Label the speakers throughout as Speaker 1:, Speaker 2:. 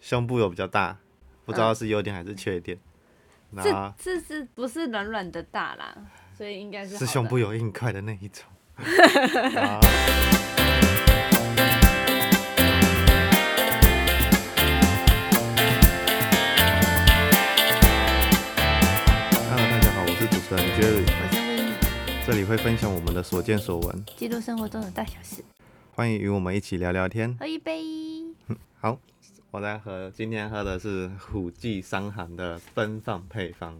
Speaker 1: 胸部有比较大，不知道是优点还是缺点。然后
Speaker 2: 嗯这这是不是软软的大啦？所以应该是好
Speaker 1: 是
Speaker 2: 的
Speaker 1: 胸部有硬块的那一 种。啊！Hello，大家好，我是主持人 Jerry，
Speaker 2: 我是温妮
Speaker 1: 这里会分享我们的所见所闻，
Speaker 2: 记录生活中的大小事，
Speaker 1: 欢迎与我们一起聊聊天。
Speaker 2: 喝一杯。
Speaker 1: 好，我在喝，今天喝的是虎记商行的奔放配方，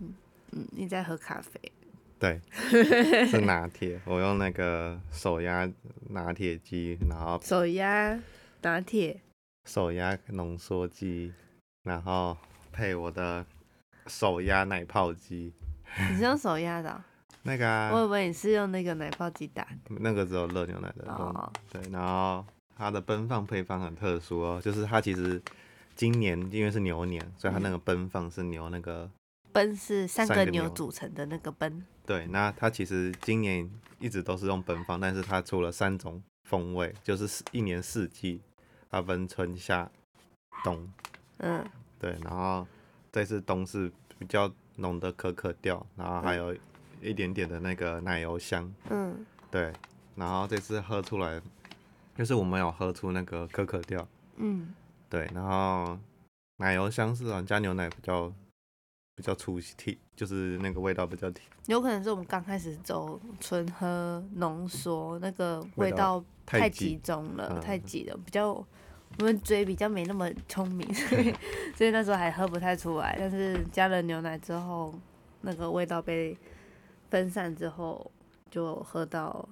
Speaker 2: 嗯，你在喝咖啡？
Speaker 1: 对，是拿铁，我用那个手压拿铁机，然后
Speaker 2: 手压拿铁，
Speaker 1: 手压浓缩机，然后配我的手压奶泡机。
Speaker 2: 你是用手压的哦、
Speaker 1: 那个、啊、
Speaker 2: 我以为你是用那个奶泡机打的。
Speaker 1: 那个只有热牛奶的东
Speaker 2: 哦
Speaker 1: 对，然后它的奔放配方很特殊哦，就是它其实今年因为是牛年，所以它那个
Speaker 2: 嗯
Speaker 1: 奔放是牛那个，
Speaker 2: 奔是三
Speaker 1: 三
Speaker 2: 个
Speaker 1: 个
Speaker 2: 牛
Speaker 1: 牛
Speaker 2: 组成的那个奔，
Speaker 1: 对，那它其实今年一直都是用奔放，但是它出了三种风味，就是四一年四季，它分春夏冬，
Speaker 2: 嗯，
Speaker 1: 对，然后这次冬是比较浓的可可调，然后还有一点点的那个奶油香，
Speaker 2: 嗯，
Speaker 1: 对，然后这次喝出来，就是我们有喝出那个可可调，
Speaker 2: 嗯，
Speaker 1: 对，然后奶油香是啊，加牛奶比较比较粗体，就是那个味道比较体
Speaker 2: 有可能是我们刚开始走纯喝浓缩，那个
Speaker 1: 味
Speaker 2: 味
Speaker 1: 道
Speaker 2: 道太集
Speaker 1: 挤，
Speaker 2: 中了，
Speaker 1: 嗯
Speaker 2: 太挤了，比较我们嘴比较没那么聪明， 所以所以那时候还喝不太出来。但是加了牛奶之后，那个味道被分散之后，就喝到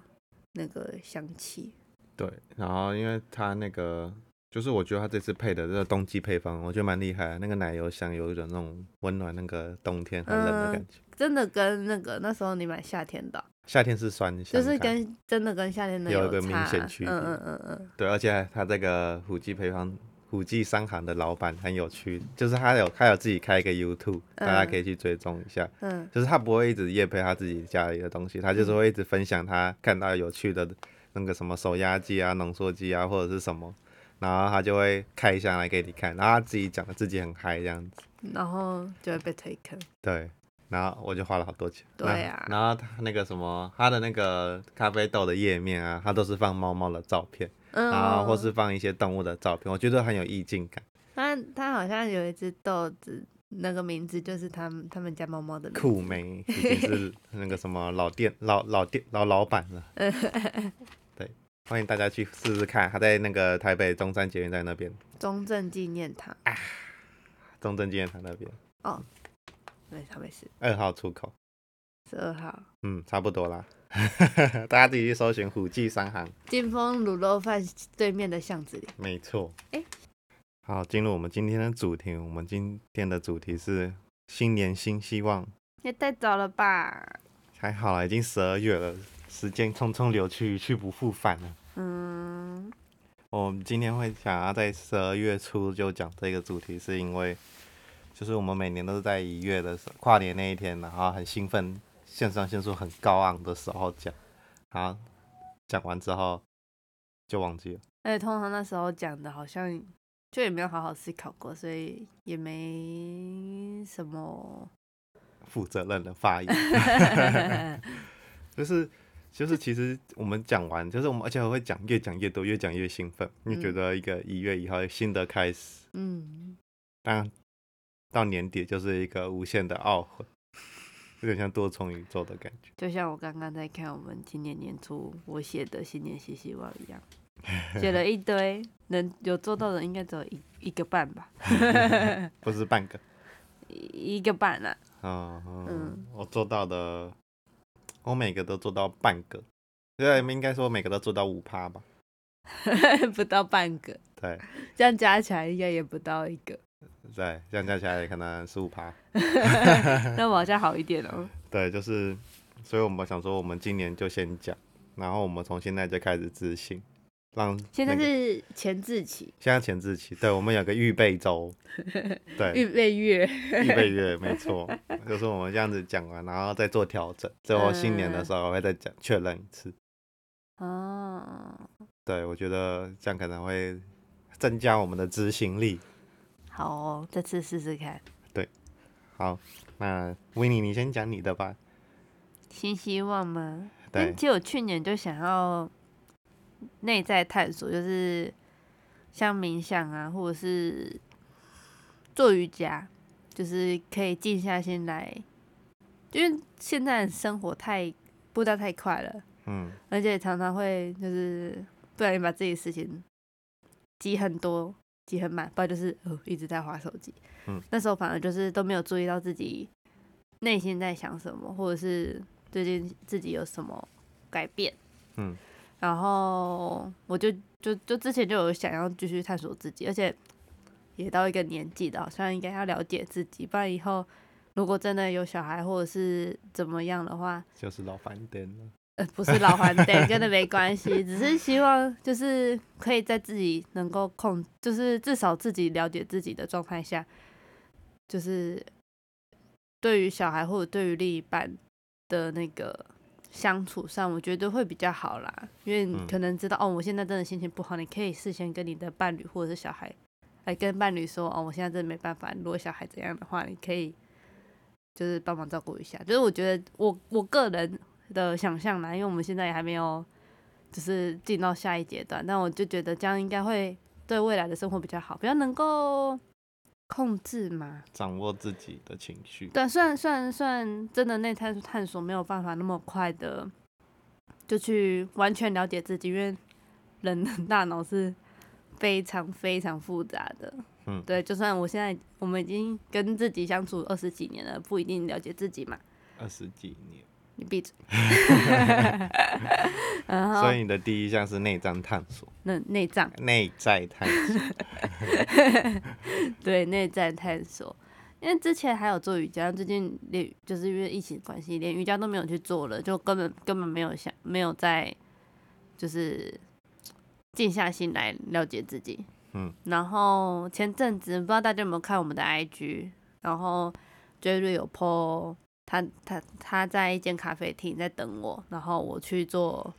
Speaker 2: 那个香气。
Speaker 1: 对，然后因为它那个。就是我觉得它这次配的这个冬季配方，我觉得蛮厉害的。那个奶油香有一种那种温暖，那个冬天很冷的
Speaker 2: 嗯
Speaker 1: 感觉。
Speaker 2: 真的跟那个那时候你买夏天的，
Speaker 1: 夏天是酸香
Speaker 2: 就
Speaker 1: 感，
Speaker 2: 是跟真的跟夏天的
Speaker 1: 有
Speaker 2: 有
Speaker 1: 一个
Speaker 2: 差
Speaker 1: 明显区别
Speaker 2: 嗯嗯嗯嗯，
Speaker 1: 对，而且他这个虎记配方虎记商行的老板很有趣，就是他有他有自己开一个 YouTube，大家可以去追踪一下。
Speaker 2: 嗯，
Speaker 1: 就是他不会一直夜配他自己家里的东西，他就是会一直分享他看到有趣的那个什么手压机啊、浓缩机啊或者是什么，然后他就会开箱来给你看，然后他自己讲的自己很嗨这样子。
Speaker 2: 然后就会被推坑。
Speaker 1: 对，然后我就花了好多钱。
Speaker 2: 对
Speaker 1: 那
Speaker 2: 啊
Speaker 1: 然后他那个什么，他的那个咖啡豆的页面啊，他都是放猫猫的照片。
Speaker 2: 嗯，
Speaker 1: 然啊后或是放一些动物的照片，我觉得很有意境感，
Speaker 2: 他他好像有一只豆子，那个名字就是他们他们家猫猫的名字
Speaker 1: 酷 妹已经是那个什么老店老老店老老板了。对，欢迎大家去试试看，他在那个台北中山捷运站那边，
Speaker 2: 中正纪念堂。
Speaker 1: 中正纪念堂那边
Speaker 2: 没事没事，
Speaker 1: 二号出口，
Speaker 2: 十二号
Speaker 1: 嗯，差不多啦。 大家自己去搜寻虎记商行，
Speaker 2: 金丰卤肉饭对面的巷子里。
Speaker 1: 没错。
Speaker 2: 诶
Speaker 1: 好，进入我们今天的主题，我们今天的主题是新年新希望。
Speaker 2: 也太早了吧？
Speaker 1: 还好啦，已经十二月了，时间匆匆流去，去不复返了。
Speaker 2: 嗯，
Speaker 1: 我们今天会想要在十二月初就讲这个主题，是因为就是我们每年都是在一月的时候跨年那一天，然后很兴奋，肾上腺素很高昂的时候讲，然后讲完之后就忘记了。
Speaker 2: 而且通常那时候讲的好像就也没有好好思考过，所以也没什 么。
Speaker 1: 负责任的发言，就是就是，其实我们讲完，就是我们而且还会讲越讲越多，越讲越兴奋。你觉
Speaker 2: 嗯
Speaker 1: 得一个一月一号新的开始，
Speaker 2: 嗯，
Speaker 1: 但到年底就是一个无限的懊悔，有点像多重宇宙的感觉。
Speaker 2: 就像我刚刚在看我们今年年初我写的新年新希望一样，写了一堆，能有做到的应该只有一一个半 吧，
Speaker 1: 不是半个。
Speaker 2: 一一个半啦、
Speaker 1: 嗯嗯
Speaker 2: 嗯，
Speaker 1: 我做到的，我每个都做到半个，对，应该说每个都做到五趴吧。
Speaker 2: 不到半个，
Speaker 1: 对
Speaker 2: 这样加起来应该也不到一 个。
Speaker 1: 对，这样加起来可能十五趴。
Speaker 2: 那我好像好一点哦。
Speaker 1: 对，就是，所以我们想说，我们今年就先讲，然后我们从现在就开始执行，让、那个、
Speaker 2: 现在是前置期，
Speaker 1: 现在前置期，对我们有个预备周，对，
Speaker 2: 预备 月。
Speaker 1: 预备月，没错，就是我们这样子讲完，然后再做调整，最后新年的时候我会再讲确认一次。
Speaker 2: 哦，
Speaker 1: 对，我觉得这样可能会增加我们的执行力。
Speaker 2: 好哦，这次试试看。
Speaker 1: 好，那维尼，你先讲你的吧。
Speaker 2: 新希望吗？
Speaker 1: 对
Speaker 2: 但，其实我去年就想要内在探索，就是像冥想啊，或者是做瑜伽，就是可以静下心来，因为现在的生活太步调太快了，
Speaker 1: 嗯
Speaker 2: 而且常常会就是不小心把自己的事情积很多、积很满，不然就是哦一直在划手机。
Speaker 1: 嗯，
Speaker 2: 那时候反而就是都没有注意到自己内心在想什么，或者是最近自己有什么改变。
Speaker 1: 嗯，
Speaker 2: 然后我就就就之前就有想要继续探索自己，而且也到一个年纪了，好像应该要了解自己，不然以后如果真的有小孩或者是怎么样的话，
Speaker 1: 就是老翻颠了。
Speaker 2: 呃，不是老还灯，跟那没关系，只是希望就是可以在自己能够控，就是至少自己了解自己的状态下，就是对于小孩或者对于另一半的那个相处上，我觉得会比较好啦，因为你
Speaker 1: 嗯
Speaker 2: 可能知道、哦，我现在真的心情不好，你可以事先跟你的伴侣或者是小孩，来跟伴侣说，哦，我现在真的没办法，如果小孩怎样的话，你可以就是帮忙照顾一下。就是我觉得我我个人的想象啦，因为我们现在也还没有就是进到下一阶段，但我就觉得这样应该会对未来的生活比较好，比较能够控制嘛。
Speaker 1: 掌握自己的情绪。
Speaker 2: 对，虽然虽然虽然真的内探探索没有办法那么快的就去完全了解自己，因为人的大脑是非常非常复杂的。
Speaker 1: 嗯
Speaker 2: 对，就算我现在我们已经跟自己相处二十几年了，不一定了解自己嘛。
Speaker 1: 二十几年，
Speaker 2: 你闭嘴。 然后
Speaker 1: 所以你的第一项是内在探索，
Speaker 2: 那内脏
Speaker 1: 内在探索。
Speaker 2: 对内在探索，因为之前还有做瑜伽，最近连就是因为疫情关系，连瑜伽都没有去做了，就根本根本没有想没有在就是静下心来了解自己。
Speaker 1: 嗯，
Speaker 2: 然后前阵子不知道大家有没有看我们的 IG，然后 J 瑞有 po 他他他在一间咖啡厅在等我，然后我去做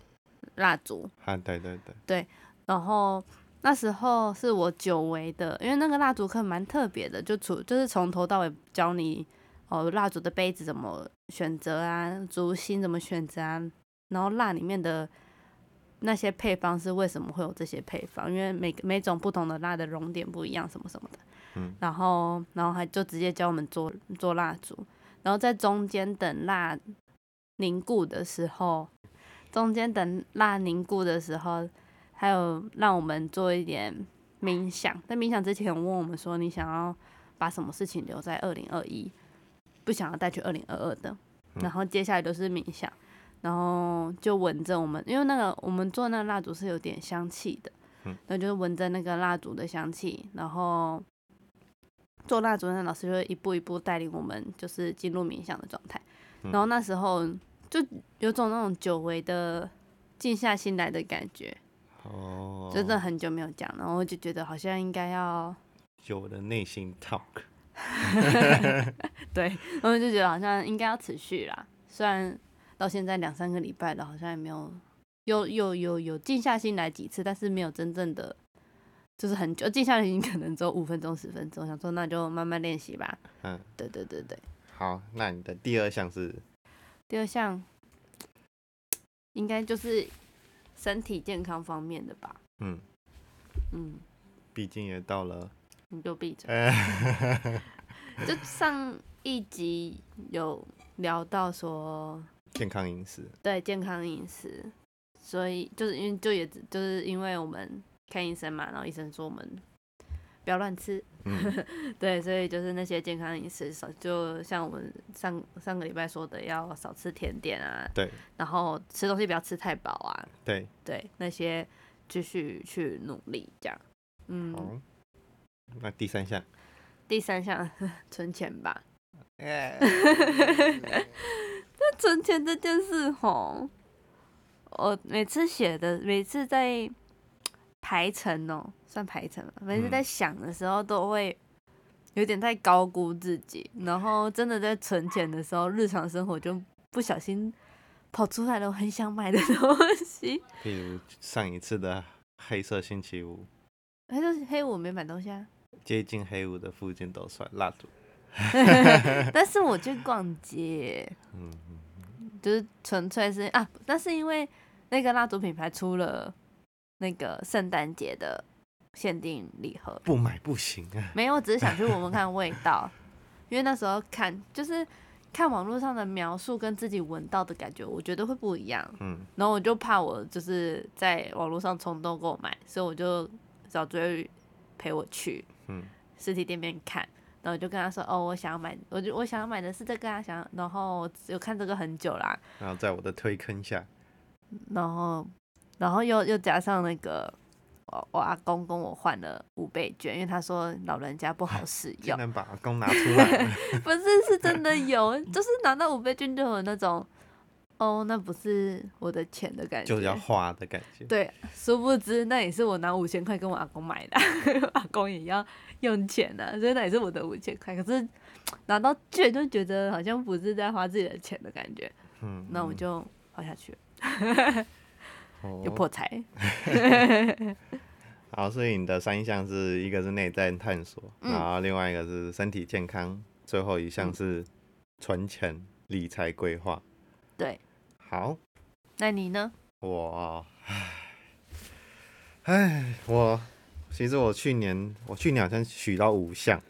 Speaker 2: 蜡烛，
Speaker 1: 啊，对对对，
Speaker 2: 然后那时候是我久违的，因为那个蜡烛课蛮特别的，就除就是从头到尾教你哦蜡烛的杯子怎么选择啊，烛芯怎么选择啊，然后蜡里面的那些配方是为什么会有这些配方，因为每个每种不同的蜡的熔点不一样，什么什么的。
Speaker 1: 嗯
Speaker 2: 然后然后还就直接教我们做做蜡烛，然后在中间等蜡凝固的时候，中间等蜡凝固的时候，还有让我们做一点冥想。在冥想之前，问我们说你想要把什么事情留在二零二一，不想要带去二零二二的。
Speaker 1: 嗯
Speaker 2: 然后接下来都是冥想，然后就闻着我们，因为那个我们做那个蜡烛是有点香气的
Speaker 1: 嗯，
Speaker 2: 那就是闻着那个蜡烛的香气，然后做蜡烛的老师就会一步一步带领我们，就是进入冥想的状态。
Speaker 1: 嗯
Speaker 2: 然后那时候就有种那种久违的静下心来的感觉，
Speaker 1: 哦，
Speaker 2: 真的很久没有讲，然后我就觉得好像应该要
Speaker 1: 有我的内心 talk。
Speaker 2: 对，然后就觉得好像应该要持续啦。虽然到现在两三个礼拜了，好像也没有有有有有静下心来几次，但是没有真正的就是很久静下来，已经可能只有五分钟十分钟。想说那就慢慢练习吧。
Speaker 1: 嗯，
Speaker 2: 对对对对。
Speaker 1: 好，那你的第二项是
Speaker 2: 第二项应该就是身体健康方面的吧。
Speaker 1: 嗯，
Speaker 2: 嗯，
Speaker 1: 毕竟也到了，
Speaker 2: 你就闭嘴。
Speaker 1: 呃，
Speaker 2: 就上一集有聊到说
Speaker 1: 健康饮食。
Speaker 2: 对健康饮食，所以就是因为就也只就是因为我们看医生嘛，然后医生说我们不要乱吃，
Speaker 1: 嗯
Speaker 2: 对，所以就是那些健康饮食少，就像我们上上个礼拜说的，要少吃甜点啊，
Speaker 1: 对
Speaker 2: 然后吃东西不要吃太饱啊，
Speaker 1: 对，
Speaker 2: 对，那些继续去努力这样。嗯，
Speaker 1: 好。那第三 项，
Speaker 2: 第三项 存钱吧，
Speaker 1: 哎
Speaker 2: 那存钱这件事吼，我每次写的，每次在排程哦、算排程嘛，每次在想的时候都会有点太高估自己，然后真的在存钱的时候，日常生活就不小心跑出来了我很想买的东西，
Speaker 1: 比如上一次的黑色星期五，
Speaker 2: 哎，就是黑五没买东西啊，
Speaker 1: 接近黑屋的附近都算蜡烛。
Speaker 2: 但是我去逛街，
Speaker 1: 嗯
Speaker 2: 就是纯粹是啊，那是因为那个蜡烛品牌出了那个圣诞节的限定礼盒，
Speaker 1: 不买不行啊！
Speaker 2: 没有，我只是想去闻闻看味道，因为那时候看就是看网络上的描述跟自己闻到的感觉，我觉得会不一样。
Speaker 1: 嗯，
Speaker 2: 然后我就怕我就是在网络上冲动购买，所以我就找追陪我去，
Speaker 1: 嗯，
Speaker 2: 实体店面看。然后我就跟他说，哦，我想要买，我就我想要买的是这个啊，想要，然后我有看这个很久啦，
Speaker 1: 然后在我的推坑下，
Speaker 2: 然后然后又又加上那个我我阿公跟我换了五倍券，因为他说老人家不好使
Speaker 1: 竟
Speaker 2: 用，
Speaker 1: 然把阿公拿出来了，
Speaker 2: 不是，是真的有， 就是拿到五倍券就有那种，哦，那不是我的钱的感觉。
Speaker 1: 就要花的感觉。
Speaker 2: 对，殊不知那也是我拿五千块跟我阿公买的， 阿公也要用钱的、所以那也是我的五千块。可是拿到券就觉得好像不是在花自己的钱的感觉，
Speaker 1: 嗯，
Speaker 2: 那我就花下去了，
Speaker 1: 哦
Speaker 2: 就破财。
Speaker 1: 好，所以你的三项是一个是内在探索，
Speaker 2: 嗯
Speaker 1: 然后另外一个是身体健康，最后一项是存钱、理财规划。
Speaker 2: 对，
Speaker 1: 好，
Speaker 2: 那你呢？
Speaker 1: 我，唉，唉，我其实我去年我去年好像许到五项，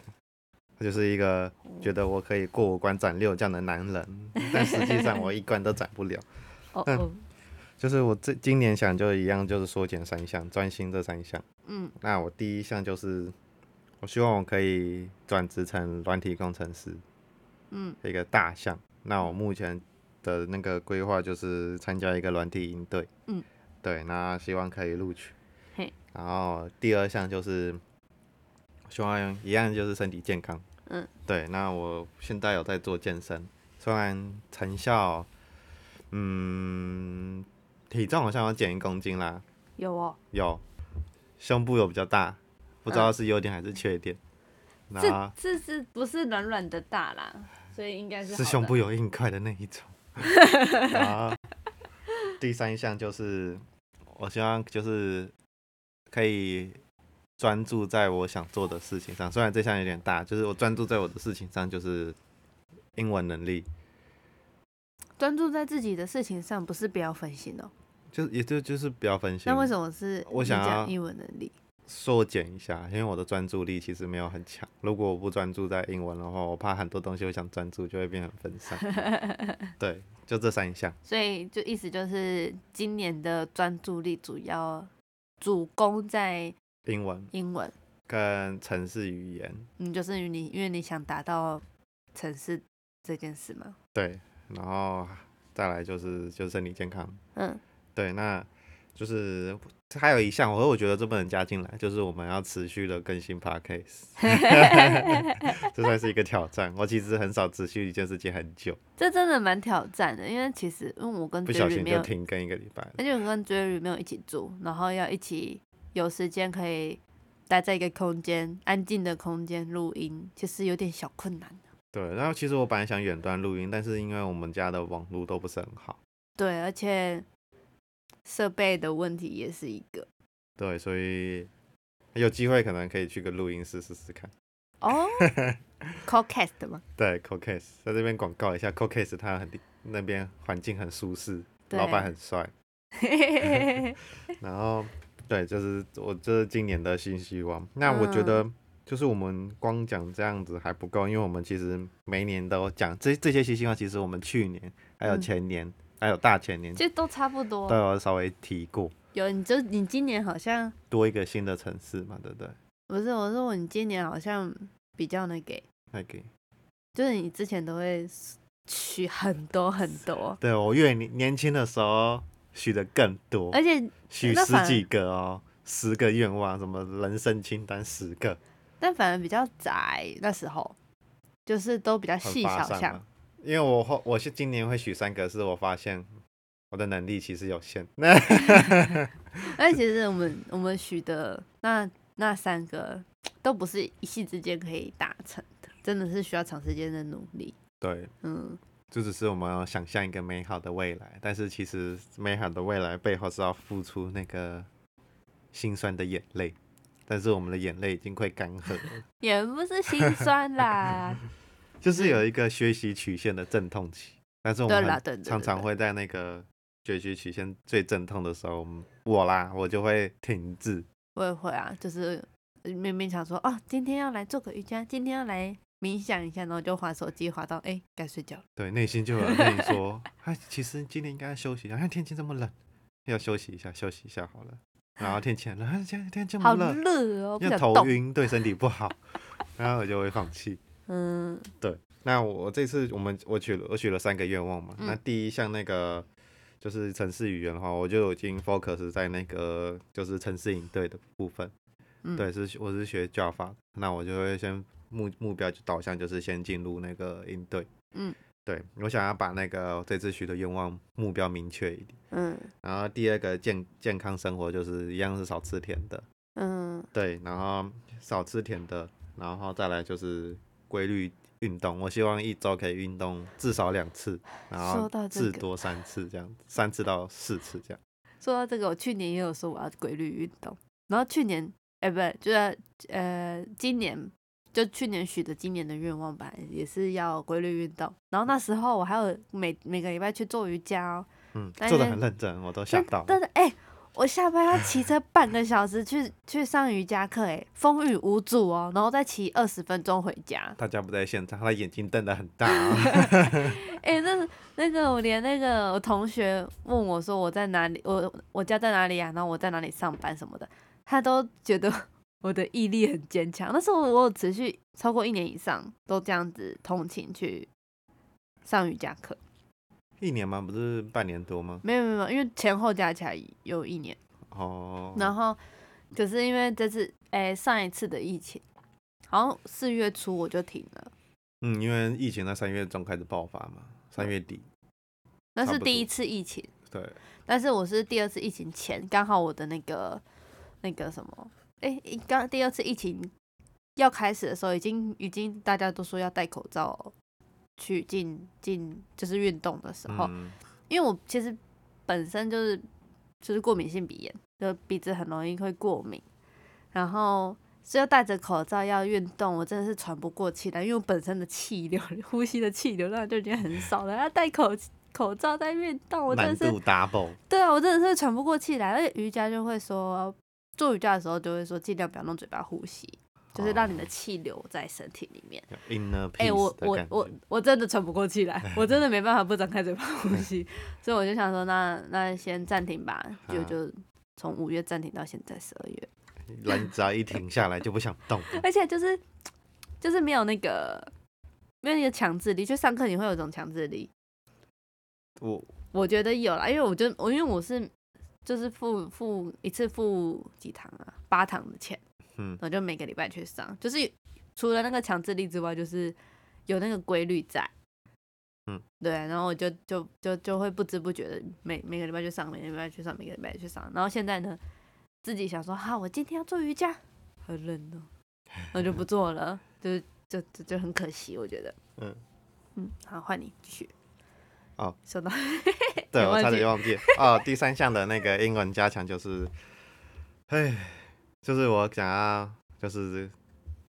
Speaker 1: 我就是一个觉得我可以过五关斩六将的男人，但实际上我一关都斩不了。
Speaker 2: 哦
Speaker 1: 嗯
Speaker 2: 哦，
Speaker 1: 就是我这今年想就一样，就是缩减三项，专心这三项。
Speaker 2: 嗯
Speaker 1: 那我第一项就是，我希望我可以转职成软体工程师，
Speaker 2: 嗯，
Speaker 1: 一个大项。那我目前的那个规划就是参加一个软体营队，
Speaker 2: 嗯，
Speaker 1: 对，那希望可以录取。
Speaker 2: 嘿，
Speaker 1: 然后第二项就是，希望一样就是身体健康，
Speaker 2: 嗯，
Speaker 1: 对。那我现在有在做健身，虽然成效，嗯，体重好像有减一公斤啦，
Speaker 2: 有哦，
Speaker 1: 有，胸部有比较大，不知道是优点还是缺点。那
Speaker 2: 嗯这这是不是软软的大啦？所以应该是
Speaker 1: 是
Speaker 2: 好
Speaker 1: 胸
Speaker 2: 的
Speaker 1: 部啊有硬块的那一种。 然后第三项就是，我希望就是可以专注在我想做的事情上，虽然这项有点大，就是我专注在我的事情上，就是英文能力，
Speaker 2: 专注在自己的事情上，不是不要分心哦。
Speaker 1: 就也就就是不要分心
Speaker 2: 那，为什么是
Speaker 1: 我
Speaker 2: 你
Speaker 1: 想要
Speaker 2: 讲英文能力？
Speaker 1: 缩减一下，因为我的专注力其实没有很强。如果我不专注在英文的话，我怕很多东西我想专注就会变很分散。 对，就这三项。
Speaker 2: 所以就意思就是，今年的专注力主要主攻在
Speaker 1: 英文
Speaker 2: 英文，
Speaker 1: 跟城市语言，
Speaker 2: 嗯，就是因为你因为你想达到城市这件事嘛，
Speaker 1: 对，然后再来就是就是身体健康，
Speaker 2: 嗯，
Speaker 1: 对，那就是还有一项，我我觉得这不能加进来，就是我们要持续的更新 podcast，这算是一个挑战。我其实很少持续一件事情很久，
Speaker 2: 这真的蛮挑战的，因为其实因为我跟
Speaker 1: 不小
Speaker 2: Jerry
Speaker 1: 心
Speaker 2: 没
Speaker 1: 就
Speaker 2: 有，
Speaker 1: 停更一个礼拜了。
Speaker 2: 而且我跟 Jerry 没有一起住，然后要一起有时间可以待在一个空间安静的空间录音，其实有点小困难。
Speaker 1: 对，然后其实我本来想远端录音，但是因为我们家的网络都不是很好，
Speaker 2: 对，而且设备的问题也是一个。
Speaker 1: 对，所以有机会可能可以去个录音室试试看。
Speaker 2: 哦，Callcast 吗？
Speaker 1: 对 c o c a s e 在这边广告一下 c o c a s e 它很那边环境很舒适，
Speaker 2: 对
Speaker 1: 老板 很 帅，然后对，就是我这是今年的新希望。那我觉
Speaker 2: 嗯
Speaker 1: 得就是我们光讲这样子还不够，因为我们其实每年都讲这这些新希望，其实我们去年还有
Speaker 2: 嗯
Speaker 1: 前年、还有大前年
Speaker 2: 其实都差不
Speaker 1: 都
Speaker 2: 多。
Speaker 1: 有稍微提过，
Speaker 2: 有，你就你今年好像
Speaker 1: 多一个新的城市嘛，对不对？
Speaker 2: 不是，我说你今年好像比较那个欸，
Speaker 1: 那个。
Speaker 2: 就是你之前都会许很多很多，
Speaker 1: 对我越年年轻的时候许的更多，
Speaker 2: 而且
Speaker 1: 许
Speaker 2: 哎那
Speaker 1: 十
Speaker 2: 反
Speaker 1: 几个哦，十个愿望，什么人生清单十个，
Speaker 2: 但反而比较窄，那时候就是都比较
Speaker 1: 很
Speaker 2: 细
Speaker 1: 发
Speaker 2: 小
Speaker 1: 散
Speaker 2: 项
Speaker 1: 嘛。。因为我后我是今年会许三个，是我发现我的能力其实有限。 那
Speaker 2: 而且 其实我们我们许的那那三个都不是一夕之间可以达成的，真的是需要长时间的努力。
Speaker 1: 对，
Speaker 2: 嗯，
Speaker 1: 就只是我们要想象一个美好的未来，但是其实美好的未来背后是要付出那个心酸的眼泪。但是我们的眼泪已经快干涸 了。
Speaker 2: 也不 是心酸啦，
Speaker 1: 就是有一个学习曲线的阵痛期，但是我
Speaker 2: 对
Speaker 1: 们
Speaker 2: 啦
Speaker 1: 很
Speaker 2: 对对对
Speaker 1: 常常
Speaker 2: 对
Speaker 1: 会在那个学习曲线最阵痛的时候，我们我啦，我就会停滞。
Speaker 2: 我也会啊，就是明明想说哦，今天要来做个瑜伽，今天要来冥想一下，然后就划手机划到哎该睡觉了，
Speaker 1: 对，内心就有人跟你说， 哎，其实今天应该休息一下，哎看天气这么冷，要休息一下，休息一下好了。然后天气很冷，啊，今天天这么
Speaker 2: 好
Speaker 1: 冷，
Speaker 2: 热哦，不
Speaker 1: 要
Speaker 2: 想
Speaker 1: 头
Speaker 2: 动。
Speaker 1: 晕，对身体不好， 然后我就会放弃。
Speaker 2: 嗯，
Speaker 1: 那我这次我们我许了我许了三个愿望嘛，
Speaker 2: 嗯
Speaker 1: 那第一项那个就是城市语言的话，我就已经 focus 在那个就是城市营队的部分，
Speaker 2: 嗯
Speaker 1: 对，是我是学 Java，的那我就会先目目标就导向就是先进入那个营队，
Speaker 2: 嗯，
Speaker 1: 对我想要把那个这次许的愿望目标明确一点，
Speaker 2: 嗯
Speaker 1: 然后第二个健健康生活就是一样是少吃甜的，
Speaker 2: 嗯
Speaker 1: 对，然后少吃甜的，然后再来就是规律运动。我希望一周可以运动至少两次，然后
Speaker 2: 说到这
Speaker 1: 至
Speaker 2: 个
Speaker 1: 多三次这样，三次到四次这样。
Speaker 2: 说到这个，我去年也有说我要规律运动，然后去年哎、不对，就是呃今年就去年许的今年的愿望吧，也是要规律运动。然后那时候我还有每每个礼拜去做瑜伽哦，
Speaker 1: 嗯，
Speaker 2: 但
Speaker 1: 做的
Speaker 2: 是
Speaker 1: 很认真，我都想到了。
Speaker 2: 但是哎、我下班要骑车半个小时去去上瑜伽课，哎，风雨无阻哦，然后再骑二十分钟回家。
Speaker 1: 大家不在现场，他的眼睛瞪得很大、 啊。
Speaker 2: 哎、那那个我连那个我同学问我说我在哪里，我我家在哪里啊，然后我在哪里上班什么的，他都觉得我的毅力很坚强。那时候我有持续超过一年以上都这样子通勤去上瑜伽课，
Speaker 1: 一年吗？不是半年多吗？
Speaker 2: 没有没有没有，因为前后加起来有一年。
Speaker 1: 哦，
Speaker 2: 然后可是因为这次哎、上一次的疫情，好像四月初我就停了，
Speaker 1: 嗯，因为疫情在三月中开始爆发嘛，三月底。
Speaker 2: 那
Speaker 1: 差
Speaker 2: 是
Speaker 1: 不
Speaker 2: 第一
Speaker 1: 多
Speaker 2: 次疫情，
Speaker 1: 对，
Speaker 2: 但是我是第二次疫情前，刚好我的那个那个什么，哎、刚第二次疫情要开始的时候，已经已经大家都说要戴口罩去进进就是运动的时候，
Speaker 1: 嗯，
Speaker 2: 因为我其实本身就是就是过敏性鼻炎，就鼻子很容易会过敏，然后所以要戴着口罩要运动，我真的是喘不过气来，因为我本身的气流、呼吸的气流量就已经很少了，要戴口口罩在运动，我真
Speaker 1: 难
Speaker 2: 的是
Speaker 1: 度 double。
Speaker 2: 对啊，我真的是喘不过气来，而且瑜伽就会说，做瑜伽的时候就会说尽量不要用嘴巴呼吸，就是让你的
Speaker 1: 哦
Speaker 2: 气流在身体里面。
Speaker 1: 有 inner
Speaker 2: 哎、我
Speaker 1: peace 的
Speaker 2: 我
Speaker 1: 感
Speaker 2: 我
Speaker 1: 觉。
Speaker 2: 我真的喘不过气来， 我真的没办法不张开嘴巴呼
Speaker 1: 嗯
Speaker 2: 吸，所以我就想说那，那先暂停吧，就
Speaker 1: 啊
Speaker 2: 就从五月暂停到现在十二月，
Speaker 1: 人只要一停下来就不想 动了。
Speaker 2: 而且就是就是没有那个没有那个强制力，就上课你会有一种强制力，
Speaker 1: 我
Speaker 2: 我觉得有啦，因为我就我因为我是就是付付一次付几堂啊，八堂的钱，
Speaker 1: 嗯
Speaker 2: 我就每个礼拜去上，就是除了那个强制力之外，就是有那个规律在，
Speaker 1: 嗯，
Speaker 2: 对，然后我就就就就会不知不觉的每每个礼拜去上，每个礼拜去上，每个礼拜去上，然后现在呢，自己想说好，我今天要做瑜伽，好冷哦，那就不做了，就是就就就很可惜，我觉得，
Speaker 1: 嗯
Speaker 2: 嗯，好，换你继续。
Speaker 1: 哦，
Speaker 2: 收到。
Speaker 1: 对，
Speaker 2: 也
Speaker 1: 我
Speaker 2: 忘
Speaker 1: 差
Speaker 2: 记
Speaker 1: 点忘记哦。第三项的那个英文加强就是，哎，就是我想要就是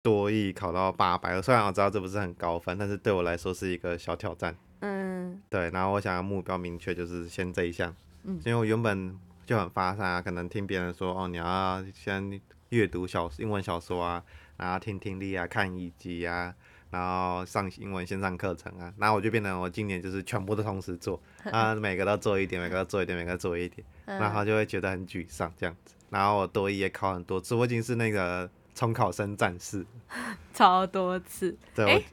Speaker 1: 多译考到八百，虽然我知道这不是很高分，但是对我来说是一个小挑战。
Speaker 2: 嗯
Speaker 1: 对，然后我想要目标明确，就是先这一项，
Speaker 2: 嗯
Speaker 1: 因为我原本就很发散啊，可能听别人说哦，你要先阅读小英文小说啊，然后听听力啊，看一集啊。然后上英文线上课程啊，然后我就变成我今年就是全部都同时 做啊，每个都做一点，每个都做一点，每个都做一点，
Speaker 2: 嗯
Speaker 1: 然后就会觉得很沮丧这样子。然后我多一也考很多次，我已经是那个重考生战士。
Speaker 2: 超多次。
Speaker 1: 对，我
Speaker 2: 诶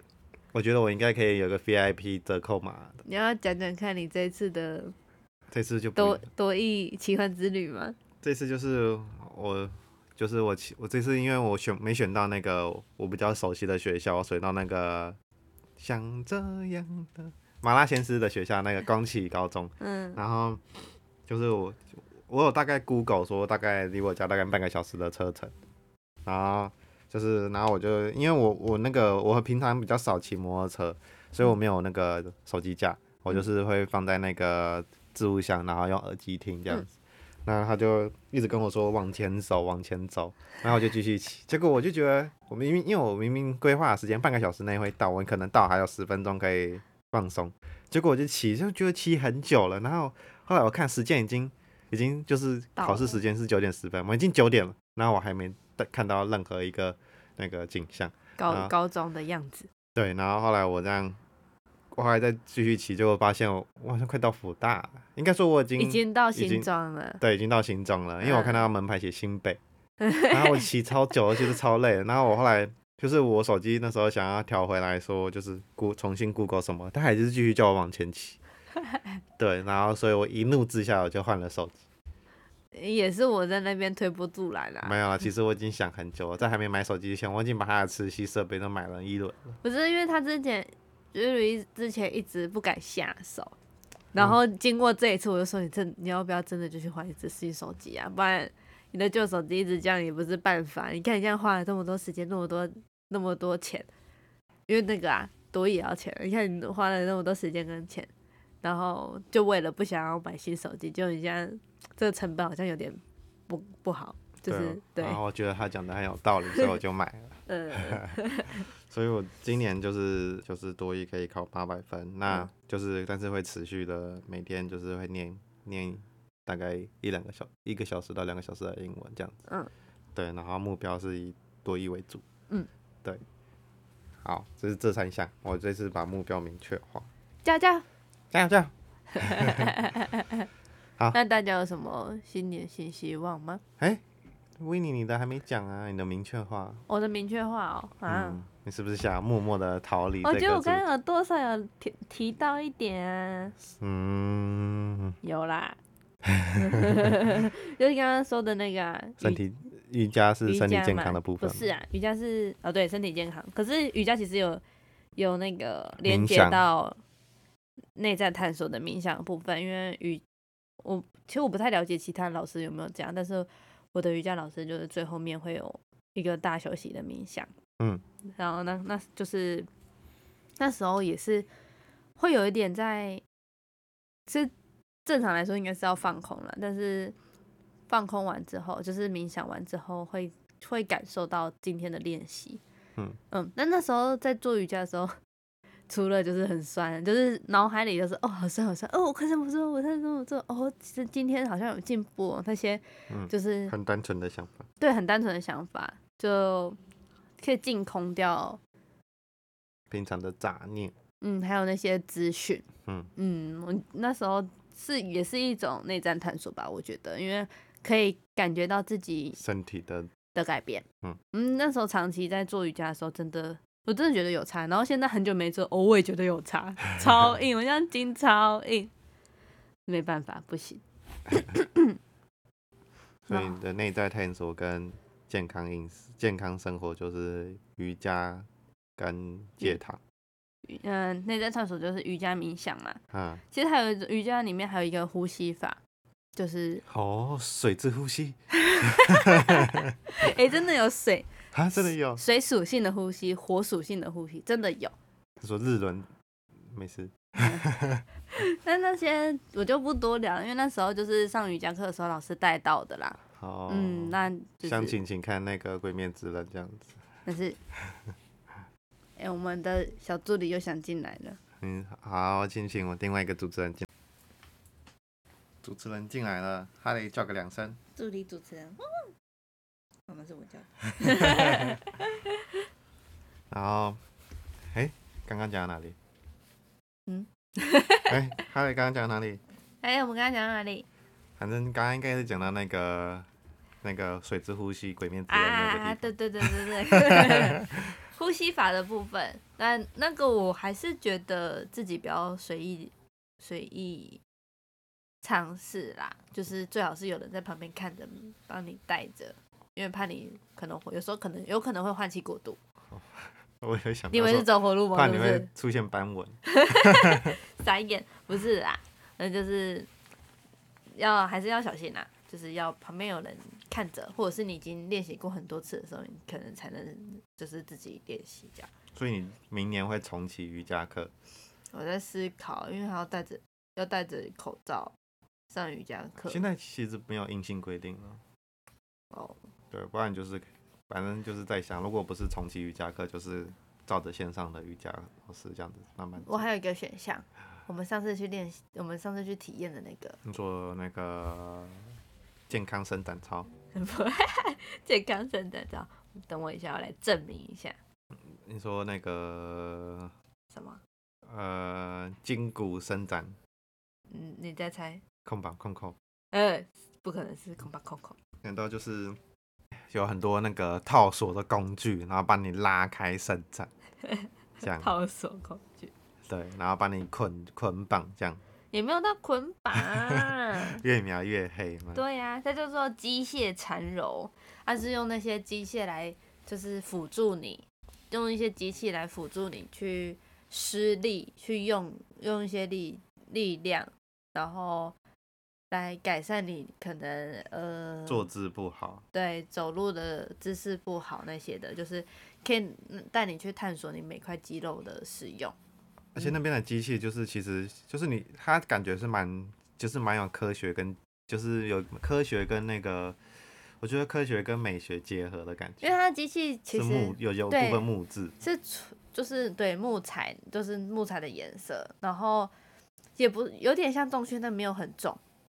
Speaker 1: 我觉得我应该可以有个 VIP 折扣码，
Speaker 2: 你要讲讲看你这一次的
Speaker 1: 这次就不一
Speaker 2: 多多益奇幻之旅吗？
Speaker 1: 这次就是我，就是我其，我这次因为我选没选到那个我比较熟悉的学校，我选到那个像这样的马拉先师的学校，那个光启高中。
Speaker 2: 嗯
Speaker 1: 然后就是我，我有大概 Google 说大概离我家大概半个小时的车程，然后就是，然后我就因为我我那个我平常比较少骑摩托车，所以我没有那个手机架，我就是会放在那个置物箱，然后用耳机听这样子。那他就一直跟我说往前走，往前走，然后我就继续骑。结果我就觉得，我明明因为我明明规划的时间半个小时内会到，我可能到还有十分钟可以放松，结果我就骑，就觉得骑很久了。然后后来我看时间已经已经就是
Speaker 2: 到
Speaker 1: 考试
Speaker 2: 了
Speaker 1: 时间是九点十分嘛，已经九点了，然后我还没看到任何一个那个景象。
Speaker 2: 高
Speaker 1: 啊
Speaker 2: 高中的样子，
Speaker 1: 对，然后后来我这样，我后来再继续骑，结果发现我我好像快到福大了，应该说我已经
Speaker 2: 已经到
Speaker 1: 经
Speaker 2: 新庄了，
Speaker 1: 对已经到新庄了，因为我看
Speaker 2: 嗯
Speaker 1: 到门牌写新 北，然后我骑超久，而且是超累的。然后我后来就是我手机那时候想要调回来说，就是估重新 Google 什么，它还是继续叫我往前 骑。对，然后所以我一怒之下我就换了手机。
Speaker 2: 也是我在那边推波助澜啦、
Speaker 1: 没有了，其实我已经想很久了，在还没买手机之前，我已经把它的磁吸设备都买了一轮。
Speaker 2: 不是因为他之前就是之前一直不敢下手，
Speaker 1: 嗯
Speaker 2: 然后经过这一次，我就说你真你要不要真的就去换一只新手机啊？不然你的旧手机一直这样也不是办法。你看你这样花了这么多时间，那么多那么多钱，因为那个啊多也要钱。你看你花了那么多时间跟钱，然后就为了不想要买新手机，就你现在这个成本好像有点不不好，就是对
Speaker 1: 啊然，后我觉得他讲的很有道理，所以我就买了。
Speaker 2: 嗯、呃，
Speaker 1: 所以我今年就是就是多一可以考八百分，
Speaker 2: 嗯
Speaker 1: 那就是但是会持续的每天就是会念念大概一两个小一个小时到两个小时的英文这样子。
Speaker 2: 嗯，
Speaker 1: 对，然后目标是以多一为主。
Speaker 2: 嗯，
Speaker 1: 对。好，这是这三项，我这次把目标明确化。哎
Speaker 2: 加加。
Speaker 1: 加油加油！
Speaker 2: 那大家有什么新年新希望吗？
Speaker 1: 哎、维尼，你的还没讲啊，你的明确化。
Speaker 2: 我的明确化哦，啊，哦
Speaker 1: 嗯，你是不是想要默默的逃离这
Speaker 2: 我
Speaker 1: 个
Speaker 2: 觉得我
Speaker 1: 主题？
Speaker 2: 刚刚有多少有提提到一点 啊，
Speaker 1: 嗯，
Speaker 2: 有啦，就是刚刚说的那个啊、
Speaker 1: 身
Speaker 2: 瑜
Speaker 1: 体瑜伽是
Speaker 2: 瑜
Speaker 1: 身体
Speaker 2: 伽
Speaker 1: 健
Speaker 2: 嘛
Speaker 1: 康的部分
Speaker 2: 不
Speaker 1: 吗。
Speaker 2: 是啊，瑜伽是哦对，身体健康，可是瑜伽其实有有那个连
Speaker 1: 冥
Speaker 2: 接
Speaker 1: 想
Speaker 2: 到内在探索的冥想的部分，因为瑜我其实我不太了解其他老师有没有这样，但是我的瑜伽老师就是最后面会有一个大休息的冥想，
Speaker 1: 嗯，
Speaker 2: 然后呢，那就是那时候也是会有一点在，其实正常来说应该是要放空了，但是放空完之后，就是冥想完之后会会感受到今天的练习，
Speaker 1: 嗯
Speaker 2: 嗯，那那时候在做瑜伽的时候。除了就是很酸，就是脑海里就是哦好酸好酸哦，我快撑不住，我快撑不住哦，其实今天好像有进步、哦，那些
Speaker 1: 嗯
Speaker 2: 就是
Speaker 1: 很单纯的想法。
Speaker 2: 对很单纯的想法，就可以净空掉，
Speaker 1: 平常的杂念，
Speaker 2: 嗯，还有那些资讯，
Speaker 1: 嗯
Speaker 2: 嗯，我那时候是也是一种内在探索吧，我觉得，因为可以感觉到自己
Speaker 1: 身体 的，
Speaker 2: 的改变。
Speaker 1: 嗯
Speaker 2: 那时候长期在做瑜伽的时候，真的我真的觉得有差。然后现在很久没做，哦，我也觉得有差，超硬，我现在筋超硬，没办法，不行。
Speaker 1: 所以你的内在探索跟健康饮食、健康生活就是瑜伽跟戒糖。
Speaker 2: 嗯，内在探索就是瑜伽冥想嘛。
Speaker 1: 啊，
Speaker 2: 其实还有一种瑜伽里面还有一个呼吸法，就是
Speaker 1: 哦，水之呼吸
Speaker 2: 哎、真的有水
Speaker 1: 啊，真的有。
Speaker 2: 水属性的呼吸，火属性的呼吸，真的有。
Speaker 1: 他说日轮，没事，
Speaker 2: 但那些我就不多聊，因为那时候就是上瑜伽课的时候老师带到的啦。
Speaker 1: 好，
Speaker 2: 嗯，那就
Speaker 1: 想
Speaker 2: 是
Speaker 1: 哦请请看那个《鬼面之刃》这样子。
Speaker 2: 但是，哎、我们的小助理又想进来了。
Speaker 1: 嗯，好，请请我另外一个主持人进。主持人进来了，哈雷叫个两声。
Speaker 2: 助理主持人，妈妈是我叫。
Speaker 1: 然后，哎，刚刚讲到哪里？
Speaker 2: 嗯，
Speaker 1: 哎，哈雷刚刚讲到哪里？
Speaker 2: 哎、我们刚刚讲到哪里？
Speaker 1: 反正刚刚应该是讲到那个那个水之呼吸、鬼面之刃那个地方。
Speaker 2: 啊，对对对对对， 呼吸法的部分，那那个我还是觉得自己不要随意随意尝试啦，就是最好是有人在旁边看着，帮你带着，因为怕你可能会有时候可能有可能会换气过度，
Speaker 1: 我有想
Speaker 2: 你以
Speaker 1: 到
Speaker 2: 为是
Speaker 1: 说，
Speaker 2: 走火入魔
Speaker 1: 怕
Speaker 2: 是
Speaker 1: 你
Speaker 2: 不
Speaker 1: 会
Speaker 2: 是？
Speaker 1: 出现斑纹。
Speaker 2: 傻眼，不是啦，那就是要还是要小心啦、就是要旁边有人看着，或者是你已经练习过很多次的时候，你可能才能就是自己练习这样。
Speaker 1: 所以你明年会重启瑜伽课，
Speaker 2: 我在思考，因为还要戴着要戴着口罩上瑜伽课。
Speaker 1: 现在其实没有硬性规定了，
Speaker 2: 哦，
Speaker 1: 对，不然就是反正就是在想，如果不是重启瑜伽课，就是照着线上的瑜伽老师这样子慢慢。
Speaker 2: 我还有一个选项，我们上次去练习，我们上次去体验的那个
Speaker 1: 做那个健康伸展操，
Speaker 2: 健康生的照，等我一下，我来证明一下
Speaker 1: 你说那个
Speaker 2: 什么？
Speaker 1: 呃筋骨伸展
Speaker 2: 嗯，你再猜？
Speaker 1: 空吧空空，
Speaker 2: 呃，不可能是空吧空空。
Speaker 1: 难道就是有很多那个套索的工具，然后帮你拉开伸展，这样
Speaker 2: 套索恐惧，
Speaker 1: 对，然后把你捆捆绑这样，
Speaker 2: 也没有到捆 绑。
Speaker 1: 越描越黑嘛。
Speaker 2: 对啊呀、它叫做机械缠柔，它是用那些机械来就是辅助你，用一些机器来辅助你去施力，去用用一些力力量，然后来改善你可能呃
Speaker 1: 坐姿不好，
Speaker 2: 对走路的姿势不好那些的，就是可以嗯带你去探索你每块肌肉的使用。
Speaker 1: 而
Speaker 2: 嗯
Speaker 1: 且那边的机器就是其实就是你，它感觉是蛮就是蛮有科学跟就是有科学跟那个，我觉得科学跟美学结合的感
Speaker 2: 因为
Speaker 1: 觉，
Speaker 2: 它的机器其
Speaker 1: 是
Speaker 2: 实
Speaker 1: 木有有部
Speaker 2: 对
Speaker 1: 分木质，
Speaker 2: 是纯就是对木材，就是木材的颜色，然后也不有点像重训，但没有很重，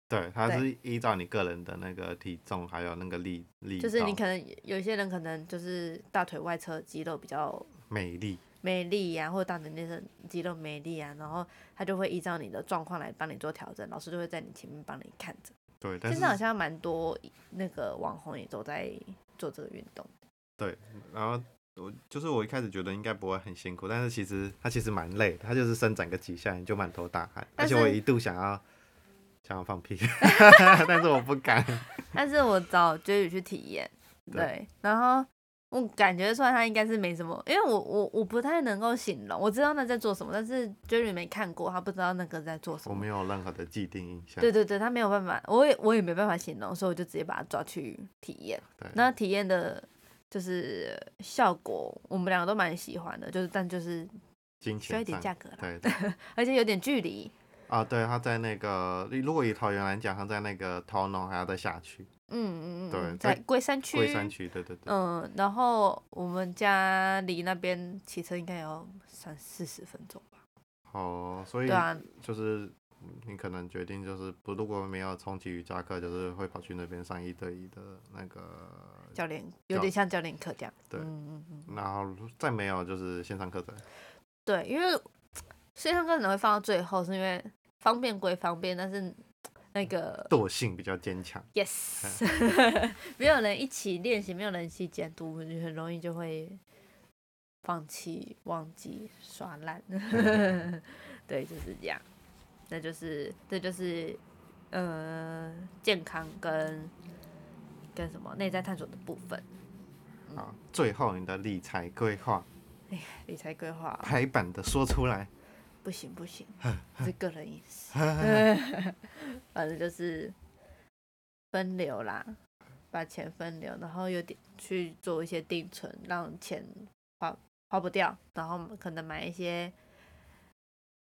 Speaker 1: 对，它
Speaker 2: 对
Speaker 1: 是依照你个人的那个体重还有那个力力道，
Speaker 2: 就是你可能有些人可能就是大腿外侧肌肉比较
Speaker 1: 美丽，
Speaker 2: 没力呀、或者大腿内侧肌肉没力啊，然后他就会依照你的状况来帮你做调整，老师就会在你前面帮你看着。
Speaker 1: 对，但
Speaker 2: 现
Speaker 1: 是
Speaker 2: 在好像蛮多那个网红也都在做这个运动，
Speaker 1: 然后我就是我一开始觉得应该不会很辛苦，但是其实它其实蛮累的，它就是伸展个几下你就满头大汗，而
Speaker 2: 但
Speaker 1: 且我
Speaker 2: 是
Speaker 1: 一度想要想要放屁， 但是我不敢。
Speaker 2: 但是我找 j u 去体验，
Speaker 1: 对
Speaker 2: 对，然后我感觉出来他应该是没什么，因为我我我不太能够形容，我知道那在做什么，但是 j u 没看过，他不知道那个在做什
Speaker 1: 我
Speaker 2: 么
Speaker 1: 没。有任何的既定印象。
Speaker 2: 对对对，他没有办法，我也我也没办法形容，所以我就直接把他抓去体验。
Speaker 1: 对
Speaker 2: 那体验的就是效果，我们两个都蛮喜欢的，就是但就是
Speaker 1: 金
Speaker 2: 需要一
Speaker 1: 钱上，
Speaker 2: 点价格啦，
Speaker 1: 对对
Speaker 2: 而且有点距离。
Speaker 1: 啊，对，他在那个，如果以桃园来讲，他在那个桃农还要再下去，
Speaker 2: 嗯嗯嗯
Speaker 1: 对
Speaker 2: 嗯，
Speaker 1: 在
Speaker 2: 在龟山区，
Speaker 1: 龟山区，对对对，
Speaker 2: 嗯，然后我们家离那边骑车应该要三四十分钟吧？
Speaker 1: 哦，所以
Speaker 2: 对啊，
Speaker 1: 就是你可能决定就是不，如果没有重启瑜伽课，就是会跑去那边上一对一的那个，
Speaker 2: 教练有
Speaker 1: 教
Speaker 2: 点像教练课这样。
Speaker 1: 对
Speaker 2: 嗯嗯嗯，
Speaker 1: 然后再没有就是线上课程，
Speaker 2: 对，因为线上课可能会放到最后，是因为方便归方便，但是那个
Speaker 1: 惰性比较坚强，
Speaker 2: yes，没有人一起练习，没有人一起监督，你很容易就会放弃、忘记、耍烂。 对，就是这样。那就是这就是呃健康跟跟什么内在探索的部分，
Speaker 1: 啊，
Speaker 2: 嗯
Speaker 1: 最后你的理财规划
Speaker 2: 理财规划哦
Speaker 1: 排版的说出来，
Speaker 2: 不行不行，是个人隐私，反正就是分流啦，把钱分流，然后有点去做一些定存，让钱花花不掉，然后可能买一些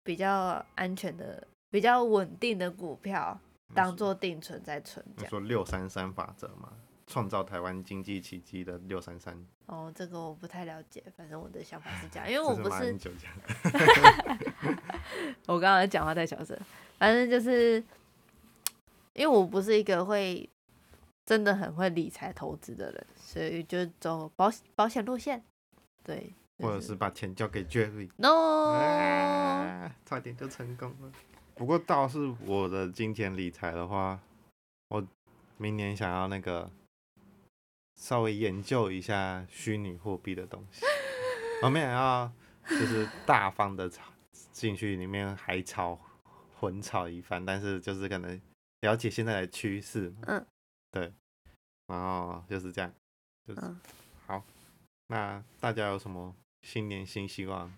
Speaker 2: 比较安全的、比较稳定的股票当做定存再存，
Speaker 1: 你
Speaker 2: 这样。
Speaker 1: 说六三三法则嘛，创造台湾经济奇迹的六三三，
Speaker 2: 哦，这个我不太了解，反正我的想法是这样，因 为
Speaker 1: 这
Speaker 2: 我
Speaker 1: 是
Speaker 2: 不
Speaker 1: 马
Speaker 2: 是
Speaker 1: 英九讲的，
Speaker 2: 我刚刚讲话太小声，反正就是因为我不是一个会真的很会理财投资的人，所以就走保保险路线。对，就
Speaker 1: 或者是把钱交给 Jerry，
Speaker 2: no，
Speaker 1: 啊，差点就成功了。哦不过倒是我的金钱理财的话，我明年想要那个稍微研究一下虚拟货币的东 西，我们想要就是大方的炒进去里面海炒混炒一番，但是就是可能了解现在的趋势嘛，
Speaker 2: 嗯，
Speaker 1: 对，然后就是这样，就是、
Speaker 2: 嗯
Speaker 1: 好。那大家有什么新年新希望？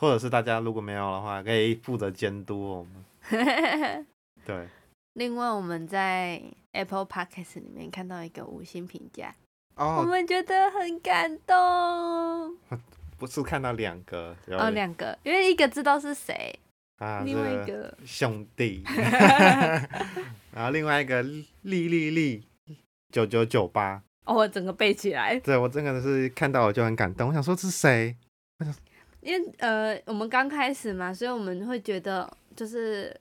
Speaker 1: 或者是大家如果没有的话，可以负责监督我们。对，
Speaker 2: 另外，我们在 Apple Podcast 里面看到一个五星评价，我
Speaker 1: 哦，
Speaker 2: 们觉得很感动。
Speaker 1: 不是看到两个，有
Speaker 2: 哦，两个，因为一个知道是谁，
Speaker 1: 啊，
Speaker 2: 哦另外
Speaker 1: 这
Speaker 2: 一个
Speaker 1: 兄 弟，然后另外一个丽丽丽九九九八，
Speaker 2: 哦，我整个背起来，
Speaker 1: 对我真的是看到我就很感动，我想说这是谁？
Speaker 2: 因为呃，我们刚开始嘛，所以我们会觉得就是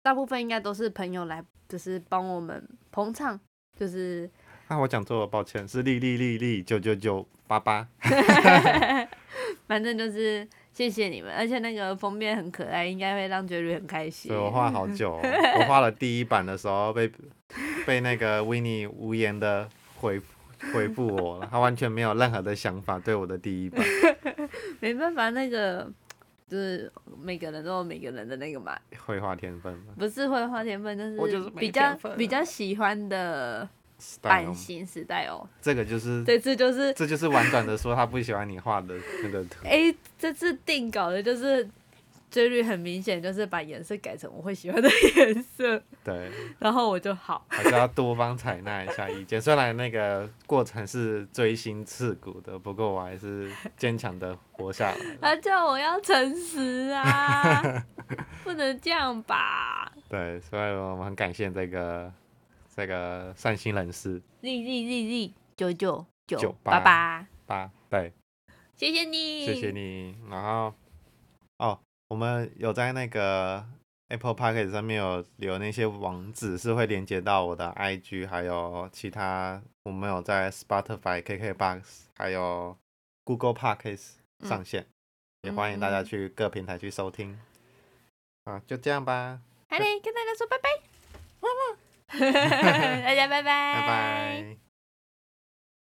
Speaker 2: 大部分应该都是朋友来，就是帮我们捧场， 就是
Speaker 1: 啊，我讲错了，抱歉，是丽丽丽丽九九九八八。
Speaker 2: 反正就是谢谢你们，而且那个封面很可爱，应该会让绝对很开心
Speaker 1: 对。我画好久、哦，我画了第一版的时候被被那个 w i n n i e 无言的回回复我了，他完全没有任何的想法对我的第一版。
Speaker 2: 没办法，那个就是每个人都有每个人的那个嘛，
Speaker 1: 绘画天分嘛，
Speaker 2: 不是绘画天分，就
Speaker 1: 我就是是没
Speaker 2: 比较
Speaker 1: 天分啊
Speaker 2: 比较喜欢的
Speaker 1: 但
Speaker 2: 版型时代哦。
Speaker 1: 这个就是
Speaker 2: 这次就是
Speaker 1: 这就是婉转的说他不喜欢你画的那个图，
Speaker 2: 哎、这次定稿的就是追率很明显，就是把颜色改成我会喜欢的颜色，
Speaker 1: 对，
Speaker 2: 然后我就好。
Speaker 1: 还是要多方采纳一下意见。虽然那个过程是锥心刺骨的，不过我还是坚强的活下来了。
Speaker 2: 他叫我要诚实 啊，不能这样吧？
Speaker 1: 对，所以我们很感谢这个这个善心人士
Speaker 2: 力力力力九九
Speaker 1: 九
Speaker 2: 九
Speaker 1: 八
Speaker 2: 八八，
Speaker 1: 吧，对。
Speaker 2: 谢谢你，
Speaker 1: 谢谢你。然后，哦，我们有在那个 Apple p o c k e t 上面有有那些网址是会连接到我的 IG，还有其他我们有在 Spotify、KKBox，还有 Google p o c k e t 上线，也欢迎大家
Speaker 2: 嗯
Speaker 1: 去各平台去收听。啊，就这样吧，
Speaker 2: 好嘞，跟大家说拜拜，大家
Speaker 1: 拜
Speaker 2: 拜拜，
Speaker 1: 拜。